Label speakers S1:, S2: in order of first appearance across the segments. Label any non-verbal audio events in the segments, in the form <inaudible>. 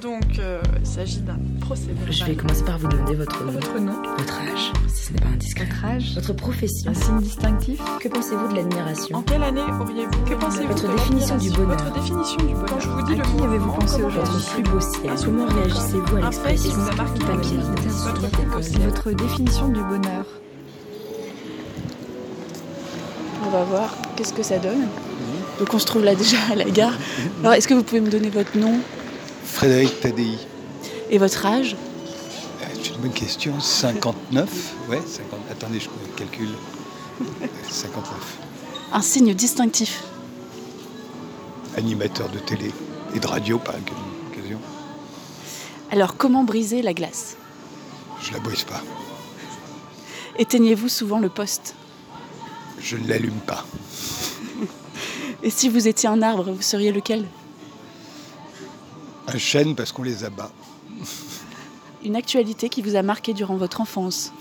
S1: Donc, euh, il s'agit d'un procédé.
S2: Je vais commencer par vous demander votre,
S1: Votre nom
S2: votre âge, si ce n'est pas indiscret.
S3: Votre âge
S2: Votre profession.
S3: Un signe distinctif
S2: Que pensez-vous de
S1: En
S2: l'admiration
S1: quelle année auriez-vous Que pensez-vous
S2: Votre
S1: de
S2: définition
S1: l'admiration
S2: du bonheur.
S1: Votre définition du bonheur. Quand je vous dis
S3: À
S1: le
S3: qui
S1: mot
S3: avez-vous
S1: comment
S3: pensé
S1: vous
S3: aujourd'hui
S2: Votre
S1: réagissez
S2: plus beau ciel. Comment réagissez-vous
S1: Un feuille
S2: à
S1: qui
S2: l'expression
S1: vous a marqué
S2: du papier
S1: dans
S2: d'un
S1: votre
S2: sourire
S1: vie
S2: école
S1: sociale.
S3: Votre définition du bonheur
S4: On va voir qu'est-ce que ça donne. Donc on se trouve là déjà à la gare. Alors est-ce que vous pouvez me donner votre nom
S5: Frédéric Tadei.
S4: et votre âge
S5: Euh, C'est une bonne question. 59 Ouais, 50. Attendez, je calcule. Euh, 59.
S4: Un signe distinctif.
S5: Animateur de télé et de radio par occasion.
S4: Alors comment briser la glace
S5: Je la brise pas.
S4: Éteignez-vous souvent le poste
S5: Je ne l'allume pas.
S4: Et si vous étiez un arbre, vous seriez lequel
S5: Un chêne parce qu'on les abat.
S4: Une actualité qui vous a marqué durant votre enfance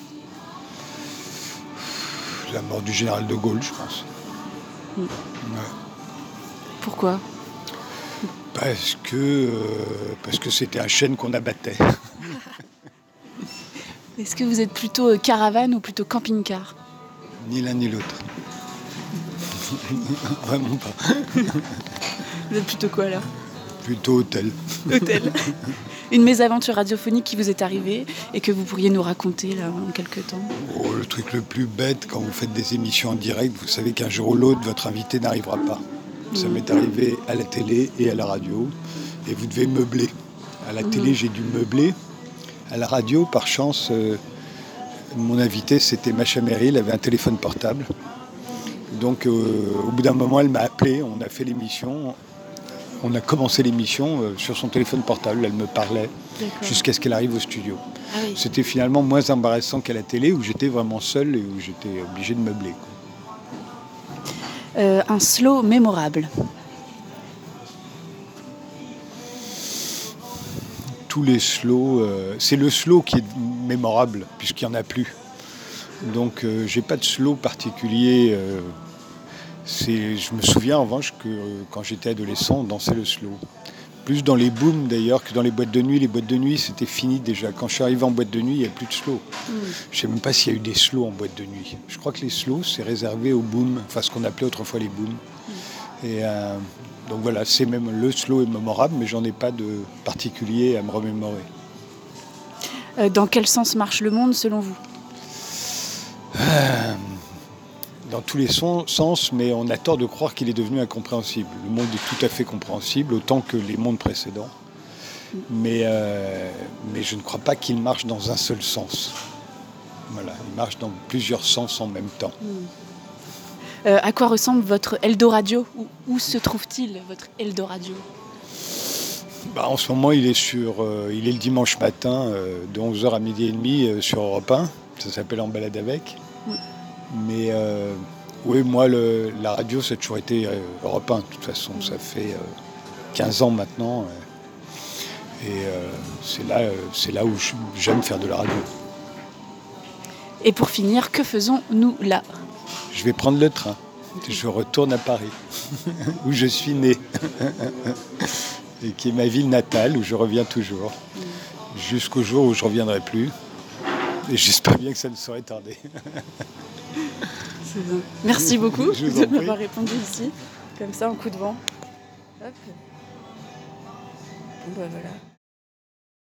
S5: Pff, La mort du général de Gaulle, je pense.
S4: Mm.
S5: Ouais.
S4: Pourquoi
S5: Parce que euh, parce que c'était un chêne qu'on abattait.
S4: Est-ce que vous êtes plutôt euh, caravane ou plutôt camping-car
S5: Ni l'un ni l'autre. <laughs> Vraiment pas.
S4: Vous êtes plutôt quoi <laughs> alors
S5: Plutôt hôtel.
S4: Hôtel. Une mésaventure radiophonique qui vous est arrivée et que vous pourriez nous raconter là en quelques temps
S5: Oh, le truc le plus bête quand vous faites des émissions en direct, vous savez qu'un jour ou l'autre, votre invité n'arrivera pas. Ça
S4: Mhm.
S5: m'est arrivé à la télé et à la radio, et vous devez meubler. À la télé, j'ai dû meubler. À la radio, par chance, euh, mon invité, c'était Macha Merry, elle avait un téléphone portable. Donc, euh, au bout d'un moment, elle m'a appelé, on a fait l'émission. On a commencé l'émission euh, sur son téléphone portable, elle me parlait jusqu'à ce qu'elle arrive au studio.
S4: Ah oui.
S5: C'était finalement moins embarrassant qu'à la télé où j'étais vraiment seul et où j'étais obligé de meubler. quoi.
S4: Euh, un slow mémorable.
S5: Tous les slows, euh, c'est le slow qui est mémorable puisqu'il n'y en a plus. Donc euh, j'ai pas de slow particulier. euh, c'est- je me souviens en revanche que euh, quand j'étais adolescent, on dansait le slow. Plus dans les booms d'ailleurs que dans les boîtes de nuit. Les boîtes de nuit, c'était fini déjà. Quand je suis arrivé en boîte de nuit, il n'y a plus de slow. Je ne sais même pas s'il y a eu des slows en boîte de nuit. Je crois que les slows, c'est réservé aux booms, enfin ce qu'on appelait autrefois les booms. Et euh, donc voilà, c'est même le slow est mémorable, mais j'en ai pas de particulier à me remémorer.
S4: Euh, dans quel sens marche le monde selon vous
S5: Dans tous les son- sens, mais on a tort de croire qu'il est devenu incompréhensible. Le monde est tout à fait compréhensible, autant que les mondes précédents. Mais, euh, mais je ne crois pas qu'il marche dans un seul sens. Voilà, il marche dans plusieurs sens en même temps.
S4: Euh, À quoi ressemble votre Eldoradio où, où se trouve-t-il votre Eldoradio
S5: Bah, en ce moment, il est, sur, euh, il est le dimanche matin euh, de 11h à midi et demi euh, sur Europe 1. Ça s'appelle En balade avec.
S4: Oui.
S5: Mais euh, oui, moi, le- la radio, ça a toujours été euh, Europe 1. De toute façon, ça fait euh, 15 ans maintenant. euh, et euh, c'est là, euh, c'est là où je- j'aime faire de la radio.
S4: Et pour finir, que faisons-nous là
S5: Je vais prendre le train. Je retourne à Paris, où je suis né, et qui est ma ville natale, où je reviens toujours, jusqu'au jour où je ne reviendrai plus. Et j'espère bien que ça ne saurait tarder.
S4: Merci beaucoup
S5: Je vous en
S4: de m'avoir
S5: prie.
S4: répondu ici, comme ça en coup de vent. Hop. Bon, bah, voilà.